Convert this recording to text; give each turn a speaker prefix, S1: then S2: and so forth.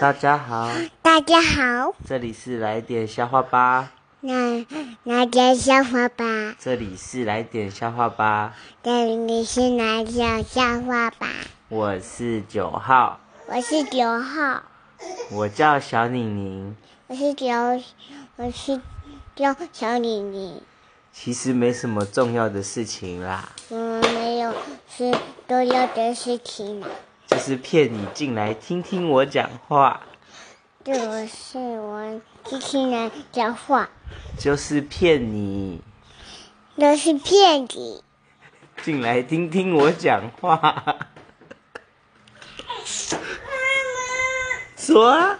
S1: 大家好，
S2: 大家好，
S1: 这里是来点笑话吧，
S2: 那那家笑话吧，
S1: 这里是来点笑话吧，
S2: 这里是哪讲笑话吧？
S1: 我是九号，
S2: 我是九号，
S1: 我叫小宁宁。
S2: 我是九，我是叫小李李，
S1: 其实没什么重要的事情啦，
S2: 我们没有是都要的事情啦。
S1: 就是骗你进来听听我讲话，
S2: 这个是我机器人讲话，
S1: 就是骗你
S2: 那是骗你。
S1: 进来听听我讲 话。说啊。